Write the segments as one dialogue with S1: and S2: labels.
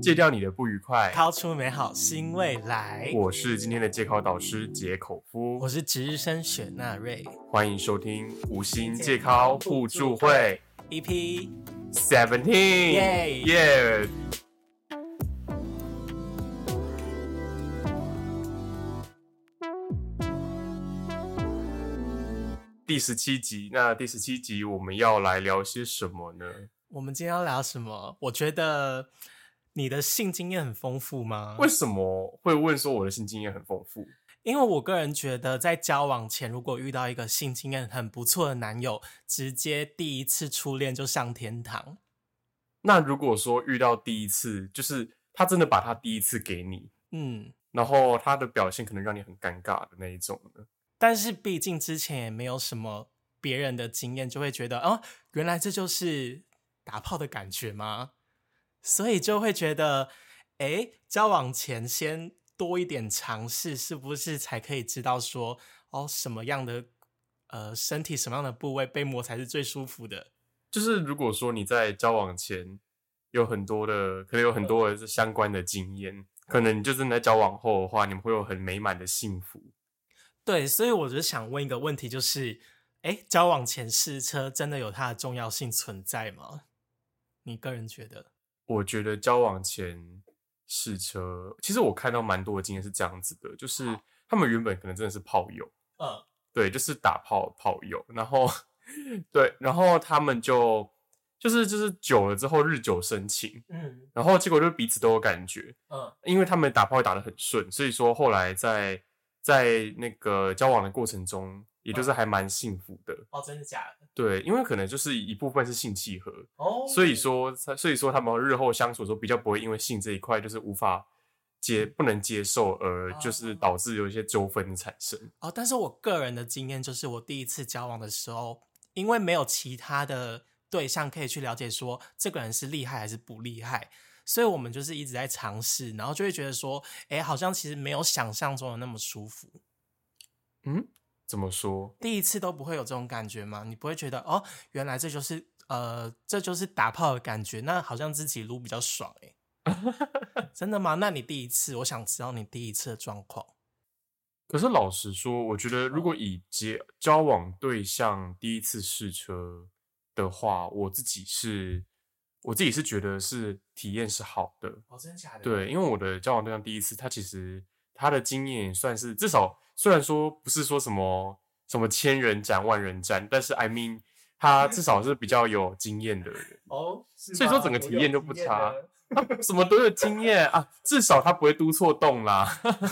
S1: 戒掉你的不愉快。
S2: 掏出美好新未来。
S1: 我是今天的戒口导师解口夫
S2: 我，是值日生雪纳瑞
S1: 欢迎收听无心戒考互助会
S2: E EP，
S1: Seventeen，
S2: 耶
S1: 耶！第十七集，那第十七集我们要来聊些什么呢？
S2: 我们今天要聊什么？我觉得你的性经验很丰富吗？
S1: 为什么会问说我的性经验很丰富？
S2: 因为我个人觉得，在交往前如果遇到一个性经验很不错的男友，直接第一次初恋就上天堂。
S1: 那如果说遇到第一次，就是他真的把他第一次给你，
S2: 嗯，
S1: 然后他的表现可能让你很尴尬的那一种呢？
S2: 但是毕竟之前也没有什么别人的经验，就会觉得哦，原来这就是打炮的感觉吗？所以就会觉得，哎，交往前先多一点尝试，是不是才可以知道说哦，什么样的呃身体什么样的部位被摸才是最舒服的？
S1: 就是如果说你在交往前有很多的，可能有很多的相关的经验，可能你就真的在交往后的话，你们会有很美满的幸福。
S2: 对，所以我就想问一个问题，就是，哎，交往前试车真的有它的重要性存在吗？你个人觉得？
S1: 我觉得交往前试车，其实我看到蛮多的经验是这样子的，就是他们原本可能真的是炮友，
S2: 嗯，
S1: 对，就是打炮炮友，然后对，然后他们就就是就是久了之后日久生情，
S2: 嗯
S1: 然后结果就彼此都有感觉，
S2: 嗯
S1: 因为他们打炮打得很顺，所以说后来在在那个交往的过程中，也
S2: 嗯
S1: 就是还蛮幸福的。
S2: 哦，真的假的？
S1: 对，因为可能就是一部分是性契合，
S2: 哦
S1: 所以说所以说他们日后相处的时候比较不会因为性这一块就是无法接不能接受而就是
S2: 嗯哦
S1: 导致有一些纠纷的产生。
S2: 哦，但是我个人的经验就是，我第一次交往的时候，因为没有其他的对象可以去了解说这个人是厉害还是不厉害，所以我们就是一直在尝试，然后就会觉得说，哎，好像其实没有想象中的那么舒服。
S1: 嗯，怎么说？
S2: 第一次都不会有这种感觉吗？你不会觉得哦，原来这就是呃，这就是打炮的感觉，那好像自己撸比较爽哎、 真的吗？那你第一次，我想知道你第一次的状况。
S1: 可是老实说，我觉得如
S2: 嗯
S1: 果以结交往对象第一次试车的话，我自己是我自己是觉得是体验是好的。
S2: 哦，真的假的？
S1: 对，因为我的交往对象第一次，他其实他的经验也算是至少，虽然说不是说什么什么千人斩万人斩，但是 I mean 他至少是比较有经验的人，
S2: 哦，
S1: 所以说整个体验就不差。什么都有经验啊，至少他不会嘟错洞啦。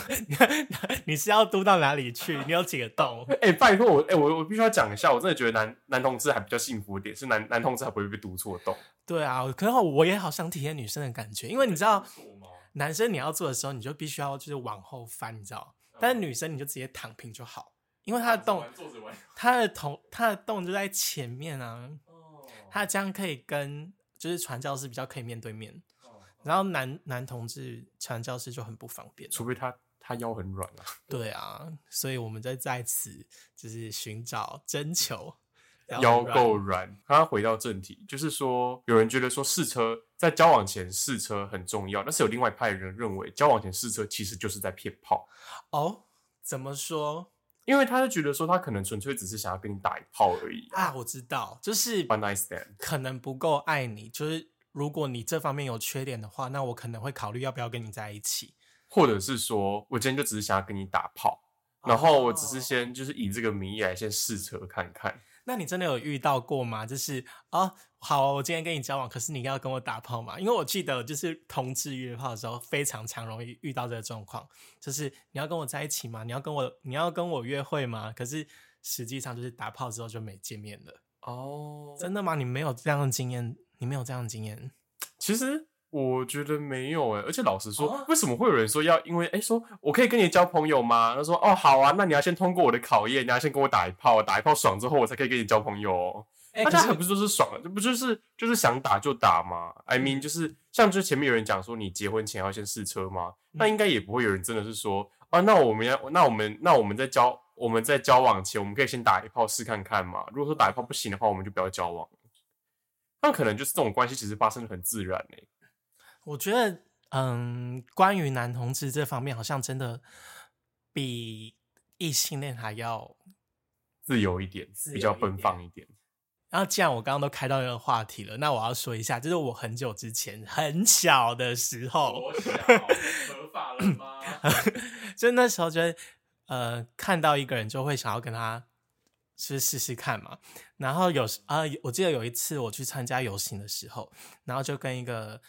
S2: 你是要嘟到哪里去？你有几个洞？
S1: 哎、拜托我，哎、我我必须要讲一下，我真的觉得男男同志还比较幸福一点，是男男同志还不会被读错洞。
S2: 对啊，可是我也好想体验女生的感觉，因为你知道，男生你要做的时候，你就必须要就是往后翻，你知道，但是女生你就直接躺平就好，因为她的洞，
S1: 坐着玩，
S2: 她的头，她的洞就在前面啊，
S1: 哦
S2: 她这样可以跟就是传教士比较可以面对面，然后男男同志传教士就很不方便。
S1: 除非他他腰很软啊。
S2: 对啊，所以我们在在此就是寻找征求
S1: 腰
S2: 软
S1: 够软。刚刚回到正题，就是说，有人觉得说试车在交往前试车很重要，但是有另外一派人认为交往前试车其实就是在骗炮，
S2: 哦，怎么说
S1: 因为他就觉得说他可能纯粹只是想要跟你打一炮而已。
S2: 啊？我知道，就是
S1: ，one night stand。
S2: 可能不够爱你，就是如果你这方面有缺点的话，那我可能会考虑要不要跟你在一起。
S1: 或者是说我今天就只是想要跟你打炮，然后我只
S2: 哦
S1: 是先就是以这个名义来先试车看看。
S2: 那你真的有遇到过吗？就是哦，好，我今天跟你交往，可是你要跟我打炮嘛？因为我记得就是同志约炮的时候，非常常容易遇到这个状况，就是你要跟我在一起吗？你要跟我你要跟我约会吗？可是实际上就是打炮之后就没见面了。
S1: 哦
S2: 真的吗？你没有这样的经验？你没有这样的经验？
S1: 其实我觉得没有欸诶、而且老实说，
S2: 哦
S1: 为什么会有人说要因为诶、说我可以跟你交朋友吗？他说哦好啊，那你要先通过我的考验，你要先跟我打一炮，打一炮爽之后，我才可以跟你交朋友、哦。
S2: 哎
S1: 大家还不是就是爽了，这不就是就是想打就打吗？I
S2: 嗯
S1: mean，就是像就前面有人讲说你结婚前要先试车吗？
S2: 嗯
S1: 那应该也不会有人真的是说啊，那我们要那我们那我们在交我们在交往前，我们可以先打一炮试看看嘛。如果说打一炮不行的话，我们就不要交欸往。那可能就是这种关系其实发生的很自然呢、
S2: 我觉得嗯，关于男同志这方面，好像真的比异性恋还要。
S1: 自由一点，
S2: 自由
S1: 比较
S2: 一
S1: 奔
S2: 点
S1: 放一点。
S2: 然后，既然我刚刚都开到这个话题了，那我要说一下，就是我很久之前很小的时候，
S1: 小合法了吗？
S2: 就那时候觉得，呃，看到一个人就会想要跟他就是试试看嘛。然后有时啊、我记得有一次我去参加游行的时候，然后就跟一个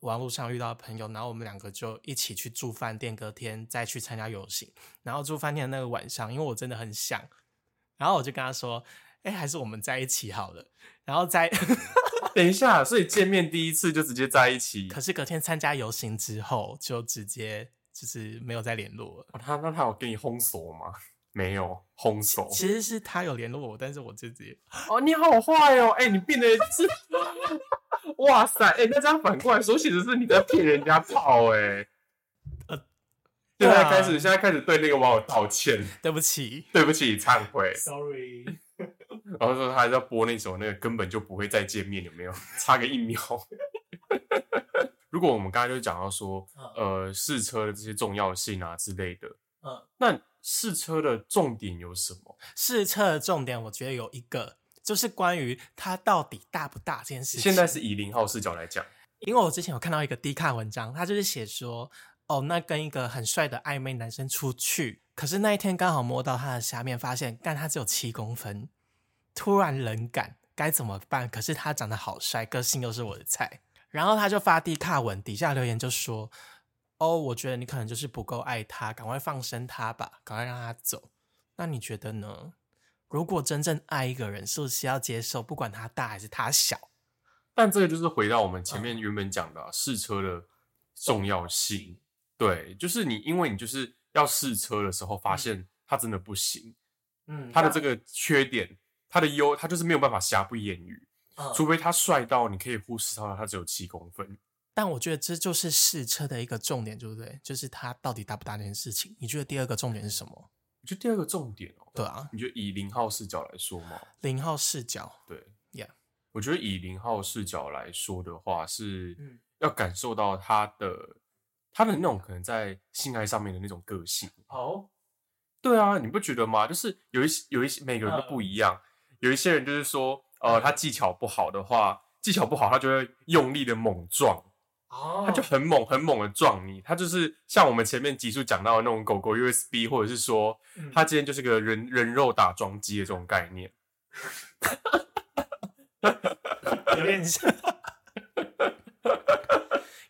S2: 网络上遇到的朋友，然后我们两个就一起去住饭店，隔天再去参加游行。然后住饭店的那个晚上，因为我真的很想，然后我就跟他说：“哎、还是我们在一起好了。”然后在
S1: 等一下，所以见面第一次就直接在一起
S2: 可。是隔天参加游行之后，就直接就是没有再联络了。
S1: 哦他那他有跟你轰熟吗？ 没有轰熟。
S2: 其实是他有联络我，但是我自己
S1: 哦，你好坏哦！哎、你变得是， 哇塞！哎、那这样反过来说，其实是你在骗人家炮哎、
S2: 呃
S1: 现
S2: 对
S1: 在
S2: 啊
S1: 开始，现在开始对那个网友道歉，
S2: 对不起
S1: 对不起，忏悔。
S2: ，sorry。
S1: 然 后说他还在播那首那个根本就不会再见面，有没有？差个一秒。 如果我们刚才就讲到说，呃，试车的这些重要性啊之类的，
S2: 嗯，
S1: 那试车的重点有什么？
S2: 试测的重点我觉得有一个，就是关于它到底大不大这件事情。
S1: 现在是以零号视角来讲，
S2: 因为我之前有看到一个低卡文章，他就是写说，哦，那跟一个很帅的暧昧男生出去，可是那一天刚好摸到他的下面，发现干他只有七公分，突然冷感，该怎么办？可是他长得好帅，个性又是我的菜，然后他就发低卡文，底下留言就说，哦，我觉得你可能就是不够爱他，赶快放生他吧，赶快让他走。那你觉得呢？如果真正爱一个人，是不是要接受不管他大还是他小？
S1: 但这个就是回到我们前面原本讲的啊试、车的重要性。对，就是你，因为你就是要试车的时候，发现他真的不行，
S2: 嗯
S1: 他的这个缺点，他的优，他就是没有办法瑕不掩瑜。
S2: 个
S1: 除非他帅到你可以忽视到他只有七公分。
S2: 但我觉得这就是试车的一个重点，对不对？就是它到底搭不搭这件事情。你觉得第二个重点是什么？
S1: 我觉得第二个重点哦、
S2: 对啊，
S1: 你觉得以零号视角来说嘛，
S2: 零号视角，
S1: 对
S2: Yeah
S1: 我觉得以零号视角来说的话，是
S2: 嗯
S1: 要感受到他的他的那种可能在性爱上面的那种个性。
S2: 哦，
S1: 对啊，你不觉得吗？就是有一些有一些每个人都不
S2: 嗯
S1: 一样，有一些人就是说，呃，他技巧不好的话，技巧不好，他就会用力的猛撞。
S2: 哦
S1: 他就很猛很猛的撞你，他就是像我们前面集数讲到的那种狗狗 USB，或者是说
S2: 嗯
S1: 他今天就是个人人肉打桩机的这种概念。
S2: 有点像，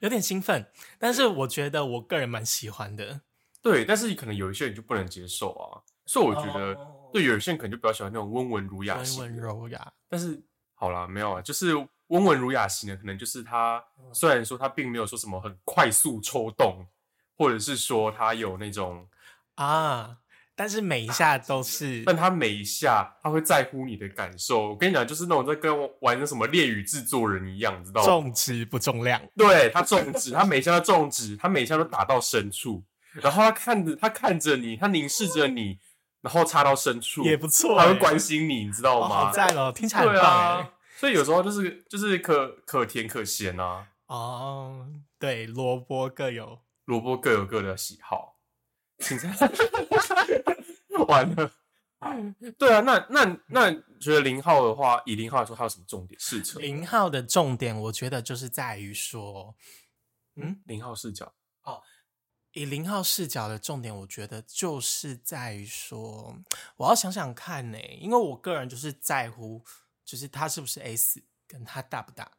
S2: 有点兴奋。但是我觉得我个人蛮喜欢的。
S1: 对，但是可能有一些人就不能接受啊，所以我觉得、
S2: 哦
S1: 对有些人可能就比较喜欢那种温文儒雅
S2: 温
S1: 型的。
S2: 文柔雅，
S1: 但是好啦，没有啊，就是温文儒雅型的，可能就是他
S2: 嗯
S1: 虽然说他并没有说什么很快速抽动，或者是说他有那种，
S2: 啊，但是每一下都是
S1: 但他每一下他会在乎你的感受。我跟你讲，就是那种在跟我玩那什么《猎语制作人》一样，你知道吗？
S2: 重质不重量。
S1: 对他种植，他每下都种植，他每下都打到深处，然后他看着他看着你，他凝视着你，然后插到深处，
S2: 也不错
S1: 他
S2: 欸
S1: 会关心你，你知道
S2: 哦，
S1: 吗？
S2: 好赞哦，听起来很
S1: 对
S2: 棒哎、
S1: 啊，所以有时候就是就是可可甜可咸啊，
S2: 哦，对，萝卜各有
S1: 萝卜各有各的喜好，请 在 完了。对啊，那那那觉得零号的话，以零号来说，它有什么重点？试车
S2: 零号的重点，我觉得就是在于说，嗯
S1: 零号视角，
S2: 以零号视角的重点，我觉得就是在于说，我要想想看呢、因为我个人就是在乎，就是他是不是 S，跟他大不大。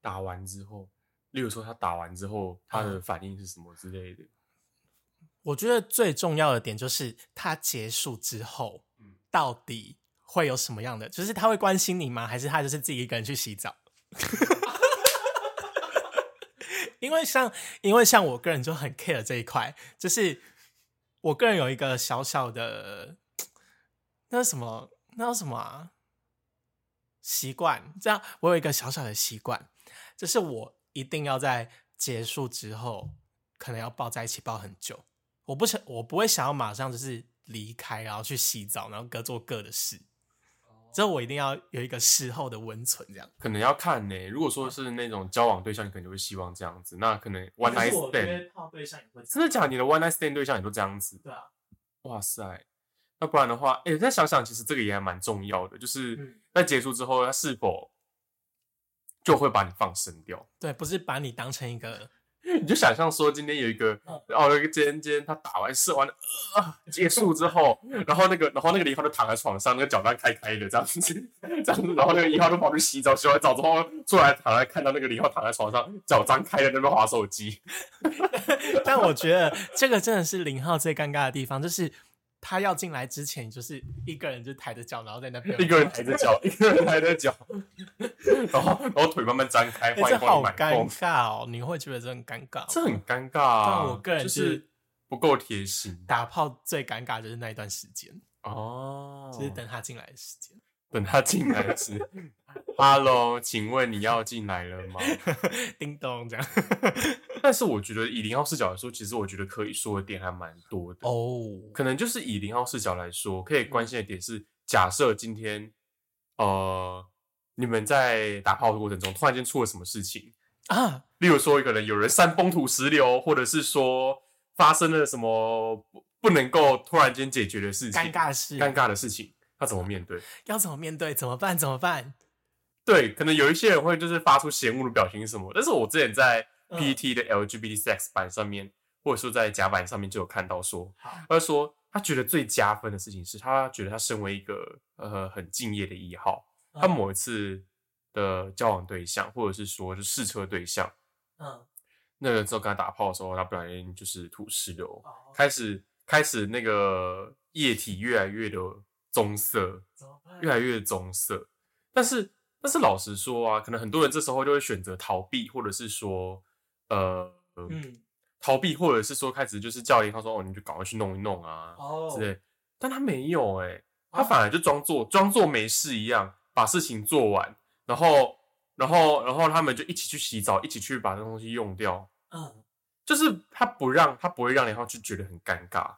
S1: 打完之后，例如说他打完之后，他
S2: 嗯
S1: 的反应是什么之类的。
S2: 我觉得最重要的点就是他结束之后
S1: 嗯，
S2: 到底会有什么样的？就是他会关心你吗？还是他就是自己一个人去洗澡？ 因为像，因为像我个人就很 care 这一块，就是我个人有一个小小的，那是什么，那是什么啊？习惯，这样我有一个小小的习惯，就是我一定要在结束之后，可能要抱在一起抱很久。我不想，我不会想要马上就是离开，然后去洗澡，然后各做各的事。这我一定要有一个事后的温存，这样。
S1: 可能要看呢、如果说是那种交往对象，你可能就会希望这样子。那可能 one
S2: 可
S1: night
S2: 是我约
S1: stand，
S2: 炮对象也会这
S1: 真
S2: 样
S1: 的假的？你的 one night stand 对象也都这样子？
S2: 对啊，
S1: 哇塞！那不然的话，哎、再想想，其实这个也还蛮重要的，就是
S2: 嗯，
S1: 在结束之后，他是否就会把你放生掉？
S2: 对，不是把你当成一个
S1: 你就想象说，今天有一个，
S2: 嗯
S1: 哦，有一个今天今天他打完射完了、呃，结束之后，然后那个然后那个李浩就躺在床上，那个脚đang开开的这样子，这样子，然后那个李浩就跑去洗澡，洗完澡之后出来躺在看到那个李浩躺在床上，脚张开的那边划手机，
S2: 但我觉得这个真的是林浩最尴尬的地方，就是他要进来之前，就是一个人就抬着脚，然后在那边
S1: 一个人抬着脚，一个人抬着脚，然后然后腿慢慢张开，
S2: 哎
S1: 换一
S2: 这好
S1: 换满
S2: 尴
S1: 空，
S2: 尬哦，你会觉得这很尴尬。哦
S1: 这很尴尬、啊。
S2: 但我个人
S1: 就是是不够贴心
S2: 打炮最尴尬就是那一段时间，
S1: 哦，
S2: 就是等他进来的时间。
S1: 等他进来时，Hello，请问你要进来了吗？
S2: 叮咚这样。
S1: 但是我觉得以零号视角来说，其实我觉得可以说的点还蛮多的。
S2: 哦，
S1: 可能就是以零号视角来说，可以关心的点是，假设今天呃你们在打炮的过程中突然间出了什么事情，
S2: 啊，
S1: 例如说一个人有人煽风吐石流，或者是说发生了什么不不能够突然间解决的事情，
S2: 尴尬事，
S1: 尴尬的事情，他怎么面对？
S2: 要怎么面对？怎么办？怎么办？
S1: 对，可能有一些人会就是发出嫌恶的表情什么，但是我之前在
S2: 嗯
S1: PPT 的 LGBT sex 版上面，或者说在甲板上面就有看到说
S2: 好，
S1: 他说他觉得最加分的事情是他觉得他身为一个呃很敬业的一号，
S2: 嗯
S1: 他某一次的交往对象，或者是说是试车对象，
S2: 嗯，
S1: 那个时候跟他打炮的时候，他不小心就是吐石榴，
S2: 哦，
S1: 开始开始那个液体越来越的棕色，
S2: 怎么办？
S1: 越来越棕色。但是，但是老实说啊，可能很多人这时候就会选择逃避，或者是说，呃，
S2: 嗯，
S1: 逃避，或者是说开始就是叫林浩说：“哦，你就赶快去弄一弄啊、
S2: 哦，
S1: 之类。”但他没有哎、他
S2: 哦
S1: 反而就装作装作没事一样，把事情做完，然后，然后，然后他们就一起去洗澡，一起去把那东西用掉。
S2: 嗯，
S1: 就是他不让他不会让林浩去觉得很尴尬，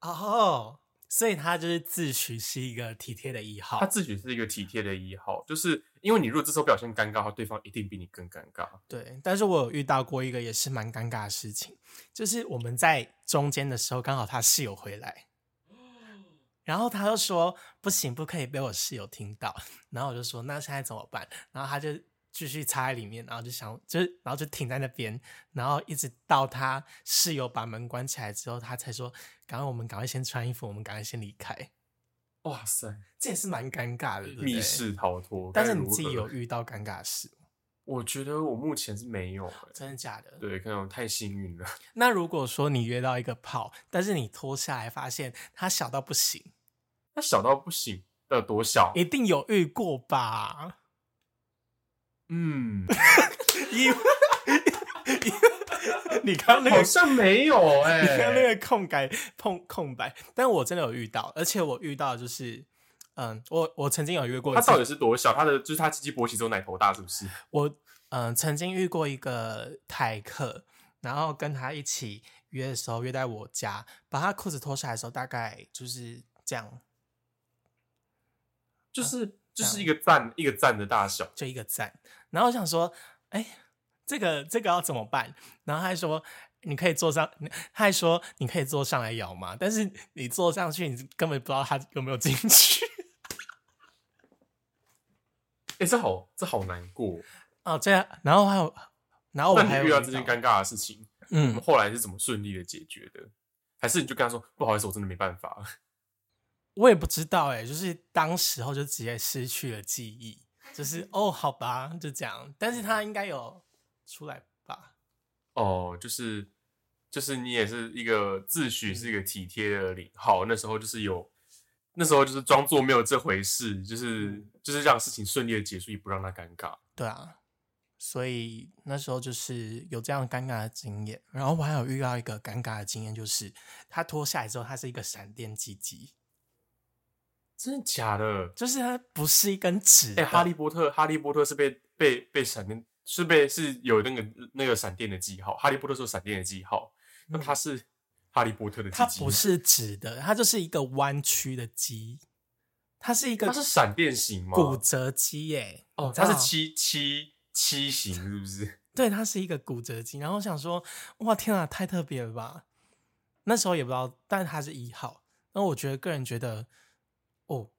S2: 哦，所以他就是自诩是一个体贴的一号
S1: 他。自己是一个体贴的一号，就是因为你如果这时候表现尴尬的话，对方一定比你更尴尬。
S2: 对，但是我有遇到过一个也是蛮尴尬的事情，就是我们在中间的时候，刚好他室友回来，然后他就说不行，不可以被我室友听到。然后我就说那现在怎么办？然后他就继续插在里面，然后就想就是然后就停在那边，然后一直到他室友把门关起来之后，他才说赶快我们赶快先穿衣服，我们赶快先离开。
S1: 哇塞，
S2: 这也是蛮尴尬的，对不对
S1: 密。室逃脱！
S2: 但
S1: 该
S2: 是你
S1: 如
S2: 自己
S1: 何
S2: 有？遇到尴尬的事吗，
S1: 我觉得我目前是没有、欸，
S2: 真的假的？
S1: 对，可能我太幸运了。
S2: 那如果说你约到一个炮，但是你脱下来发现它小到不行，
S1: 他小到不行的多小？
S2: 一定有遇过吧？
S1: 嗯，
S2: 因为 你刚刚那
S1: 好
S2: 个，
S1: 像没有哎、
S2: 你刚刚那个空白碰空白，但我真的有遇到，而且我遇到就是，嗯，我我曾经有约过一
S1: 他到
S2: 次，
S1: 底是多小？他的就是他鸡鸡勃起之后奶头大是不是？
S2: 我嗯曾经遇过一个泰克，然后跟他一起约的时候约在我家，把他裤子脱下来的时候，大概就是这样，呃
S1: 就是、就是一个赞一个赞的大小。
S2: 就一个赞。然后我想说，哎，这个这个要怎么办？然后他还说，你可以坐上， 他还说你可以坐上来摇嘛，但是你坐上去，你根本不知道他有没有进去。
S1: 哎、这好这好难过。
S2: 哦，这样，然后还有，然后哦我
S1: 那
S2: 还有
S1: 你遇到这件尴尬的事情，我们
S2: 嗯，
S1: 后来是怎么顺利的解决的？还是你就跟他说不好意思，我真的没办法。
S2: 我也不知道哎、就是当时候就直接失去了记忆，就是哦，好吧，就这样。但是他应该有出来吧？
S1: 哦，就是就是你也是一个自诩
S2: 嗯
S1: 是一个体贴的零号，那时候就是有，那时候就是装作没有这回事，
S2: 嗯
S1: 就是就是让事情顺利的结束，也不让他尴尬。
S2: 对啊，所以那时候就是有这样尴尬的经验，然后我还有遇到一个尴尬的经验，就是他脱下来之后，它是一个闪电鸡鸡，
S1: 真的假的？
S2: 就是它不是一根直的。嗯
S1: 哎、哈利波特，哈利波特是被被被闪电是被是有那个那个闪电的记号，哈利波特是有闪电的记号，那
S2: 嗯
S1: 他是哈利波特的鸡
S2: 它
S1: 鸡
S2: 不
S1: 吗
S2: 是直的，它就是一个弯曲的鸡，它是一个
S1: 它是闪电型吗？
S2: 骨折机耶、
S1: 哦，
S2: 知
S1: 它是
S2: 道
S1: 七七七型是不是？
S2: 对，它是一个骨折机。然后我想说，哇，天啊，太特别了吧！那时候也不知道，但它是一号。那我觉得个人觉得，哦，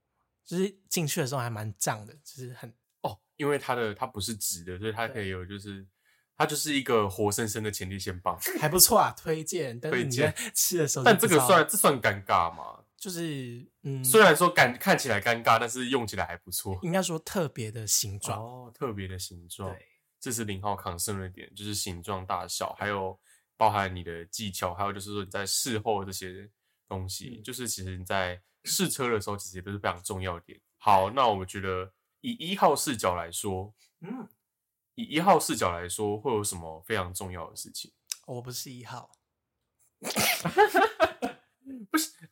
S2: 就是进去的时候还蛮胀的，就是很
S1: 哦，因为它的它不是直的，所以它可以有就是它就是一个活生生的前列腺棒。
S2: 还不错啊，推荐。但是
S1: 推
S2: 你
S1: 荐
S2: 在 吃的时候就
S1: 但
S2: 不知
S1: 这
S2: 道，
S1: 个算这算尴尬吗？
S2: 就是嗯，
S1: 虽然说感看起来尴尬，但是用起来还不错。
S2: 应该说特别的形状。
S1: 哦，特别的形状，
S2: 对
S1: 这是零号抗胜的点，就是形状、大小，还有包含你的技巧，还有就是说你在事后这些东西，
S2: 嗯
S1: 就是其实你在试车的时候，其实也都是非常重要的点。好，那我们觉得以一号视角来说，
S2: 嗯，
S1: 以一号视角来说，会有什么非常重要的事情？
S2: 我不是一号，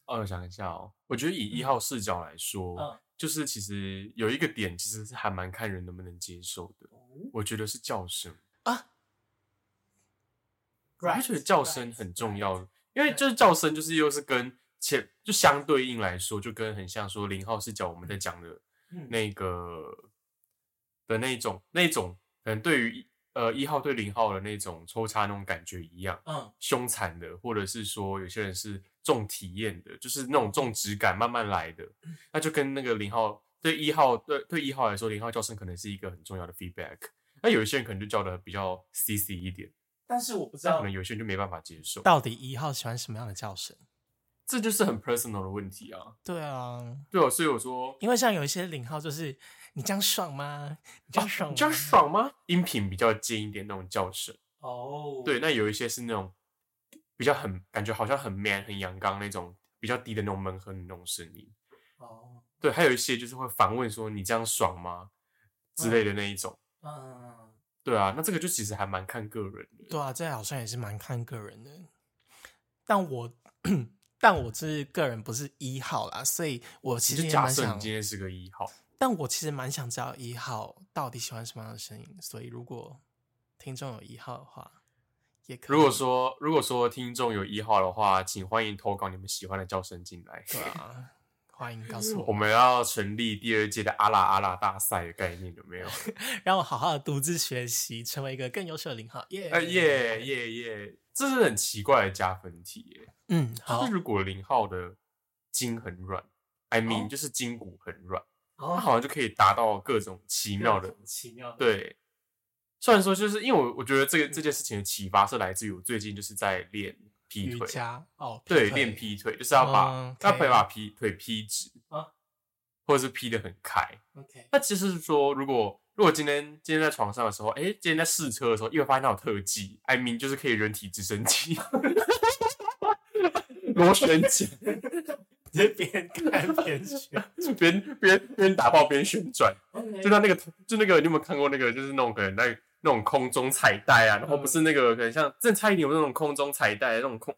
S1: 哦，我想一下哦，我觉得以一号视角来说，
S2: 嗯
S1: 就是其实有一个点，其实是还蛮看人能不能接受的。我觉得是叫声
S2: 啊，
S1: 我还觉得叫声
S2: right，
S1: 很重要，因为就是叫声，就是又是跟前就相对应来说，就跟很像说零号视角我们在讲的
S2: 嗯
S1: 那个的那一种那一种，可能对于一呃一号对零号的那种抽插那种感觉一样。
S2: 嗯
S1: 凶残的，或者是说有些人是重体验的，就是那种重质感慢慢来的，
S2: 嗯
S1: 那就跟那个零号对一号对对一号来说，零号叫声可能是一个很重要的 feedback。那有一些人可能就叫的比较 CC 一点，
S2: 但是我不知
S1: 那可能有些人就没办法接受，
S2: 到底一号喜欢什么样的叫声。
S1: 这就是很 personal 的问题啊。
S2: 对啊，
S1: 对哦，所以我说
S2: 因为像有一些零号就是你这样爽吗？你这样爽、吗？
S1: 哦你这样啊爽吗？音频比较尖一点那种叫声，
S2: 哦。
S1: 对，，那有一些是那种比较很感觉好像很 man 很阳刚那种比较低的那种闷哼的那种声音。
S2: 哦，
S1: 对，还有一些就是会反问说你这样爽吗之类的那一种。
S2: 嗯，
S1: 对啊，那这个就其实还蛮看个人的。
S2: 对啊，这好像也是蛮看个人的。但我但我是个人不是一号啦，所以我其
S1: 你
S2: 实
S1: 就
S2: 也
S1: 假
S2: 蛮
S1: 设你
S2: 想，
S1: 今天是个一号，
S2: 但我其实蛮想知道一号到底喜欢什么样的声音。所以如果听众有一号的话，也可以。
S1: 如果说如果说听众有一号的话，请欢迎投稿你们喜欢的叫声进来。
S2: 对啊， 欢迎告诉
S1: 我
S2: 我，
S1: 们要成立第二届的阿拉阿拉大赛的概念有没有？
S2: 让我好好的独自学习，成为一个更优秀的零号。耶、
S1: 哎耶！耶耶，这是很奇怪的加分题耶。
S2: 嗯，
S1: 就
S2: 好
S1: 是，如果零号的筋很软，I
S2: 哦
S1: mean 就是筋骨很软，它
S2: 好
S1: 好像就可以达到各种奇妙的
S2: 奇妙的，
S1: 对，虽然说就是因为我我觉得这个这件事情的启发是来自于我最近就是在练劈
S2: 瑜
S1: 腿，
S2: 伽哦，
S1: 对，
S2: 腿
S1: 练，劈腿就是要把、
S2: 嗯
S1: 要
S2: ，OK
S1: 可以把劈腿劈直，
S2: 啊
S1: 或者是劈得很开。
S2: OK，
S1: 那其实是说，如果如果今天今天在床上的时候，哎，今天在试车的时候，意外发现它有特技，I mean 就是可以人体直升机。 螺旋桨，
S2: 你边看边 学
S1: 边边边打爆边旋转，就
S2: ，OK，
S1: 像那个，就那个，你有没有看过那个？就是那种可能在那种空中彩带啊，然
S2: 嗯
S1: 后不是那个可能像正差一点有那种空中彩带，那种空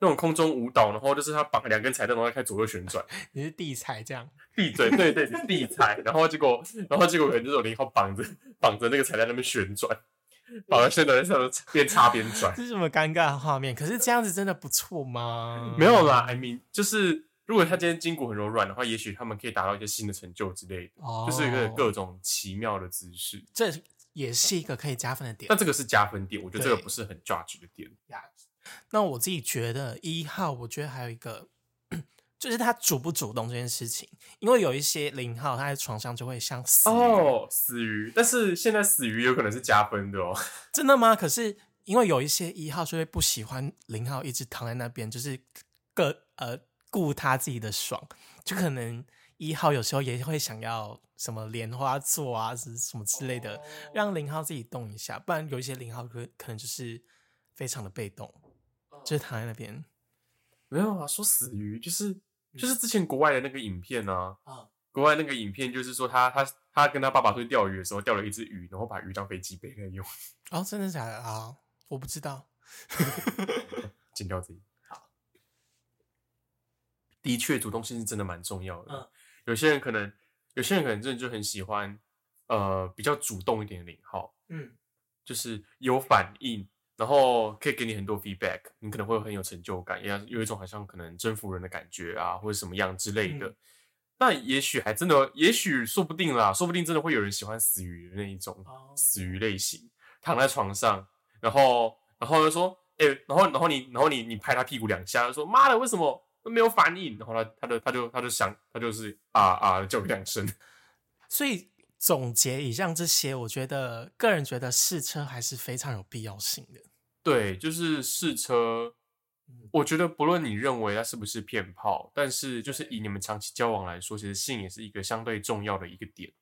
S1: 那种空中舞蹈，然后就是他绑两根彩带，然后开始左右旋转，
S2: 你是地才这样，
S1: 闭 嘴，对对，地彩，然后结果然后结果可能就是有零号绑着绑着那个彩带在那边旋转，绑在旋转在上面边插边转，
S2: 这是什么尴尬的画面？可是这样子真的不错吗？
S1: 没有啦，I mean 就是如果他今天筋骨很柔软的话，也许他们可以达到一些新的成就之类的，
S2: 哦，
S1: 就是一个各种奇妙的姿势。
S2: 这也是一个可以加分的点
S1: 但。这个是加分点，我觉得这个
S2: 对
S1: 不是很 judge 的点。
S2: 那我自己觉得一号，我觉得还有一个就是他主不主动这件事情，因为有一些零号他在床上就会像死鱼
S1: 哦，死鱼，但是现在死鱼有可能是加分的哦。
S2: 真的吗？可是因为有一些一号就会不喜欢零号一直躺在那边，就是各呃顾他自己的爽，就可能一号有时候也会想要什么莲花座啊，什什么之类的，让零号自己动一下，不然有一些零号可可能就是非常的被动，就是躺在那边
S1: 没有啊，说死鱼就是就是之前国外的那个影片啊，
S2: 啊，
S1: 国外那个影片就是说他他他跟他爸爸去钓鱼的时候钓了一只鱼，然后把鱼当飞机杯在用，
S2: 哦，真的假的啊？我不知道，
S1: 剪掉这一。的确，主动性是真的蛮重要的。
S2: 嗯
S1: 有些人可能有些人可能真的就很喜欢呃比较主动一点的零号，
S2: 嗯，
S1: 就是有反应，然后可以给你很多 feedback，你可能会很有成就感，也有一种好像可能征服人的感觉啊，或者什么样之类的。
S2: 嗯
S1: 那也许还真的，也许说不定啦，说不定真的会有人喜欢死鱼的那一种
S2: 哦
S1: 死鱼类型，躺在床上，然后然后就说，哎、然后然后你然后你你拍他屁股两下，就说妈的，为什么都没有反应？然后他他就他就他就想他就是啊啊叫两声，
S2: 所以总结以上这些，我觉得个人觉得试车还是非常有必要性的。
S1: 对，就是试车。我觉得不论你认为它是不是骗炮，但是就是以你们长期交往来说，其实性也是一个相对重要的一个点。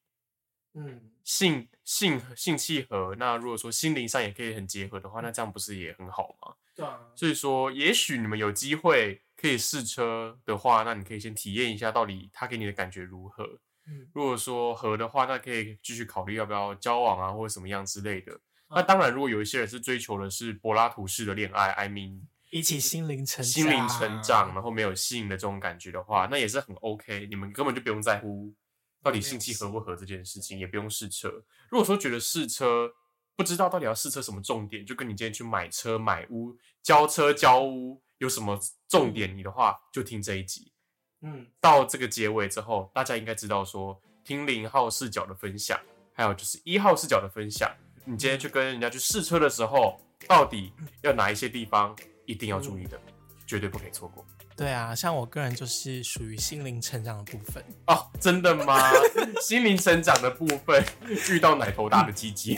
S2: 嗯，
S1: 性性性契合，那如果说心灵上也可以很结合的话，那这样不是也很好吗？
S2: 对啊，
S1: 所以说，也许你们有机会可以试车的话，那你可以先体验一下到底他给你的感觉如何。
S2: 嗯，
S1: 如果说合的话，那可以继续考虑要不要交往啊，或者什么样之类的。那当然，如果有一些人是追求的是柏拉图式的恋爱，I mean
S2: 一起心灵成啊
S1: 心灵成长，，然后没有性的这种感觉的话，那也是很 OK。你们根本就不用在乎到底性气合不合这件事情，也不用试车。如果说觉得试车不知道到底要试车什么重点，就跟你今天去买车、买屋、交车、交屋有什么重点你的话，就听这一集。
S2: 嗯，
S1: 到这个结尾之后，大家应该知道说，听零号视角的分享，还有就是一号视角的分享，你今天去跟人家去试车的时候，到底要哪一些地方一定要注意的，绝对不可以错过。
S2: 对啊，像我个人就是属于心灵成长的部分。
S1: 哦，真的吗？ 心灵成长的部分遇到奶头大的鸡鸡，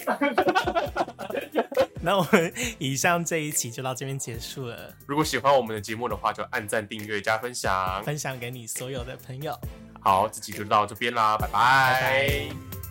S2: 那我们 以上这一期就到这边结束了，
S1: 如果喜欢我们的节目的话，就按赞、订阅、加分享。
S2: 分享给你所有的朋友。
S1: 好，这集就到这边啦，拜
S2: 拜
S1: 拜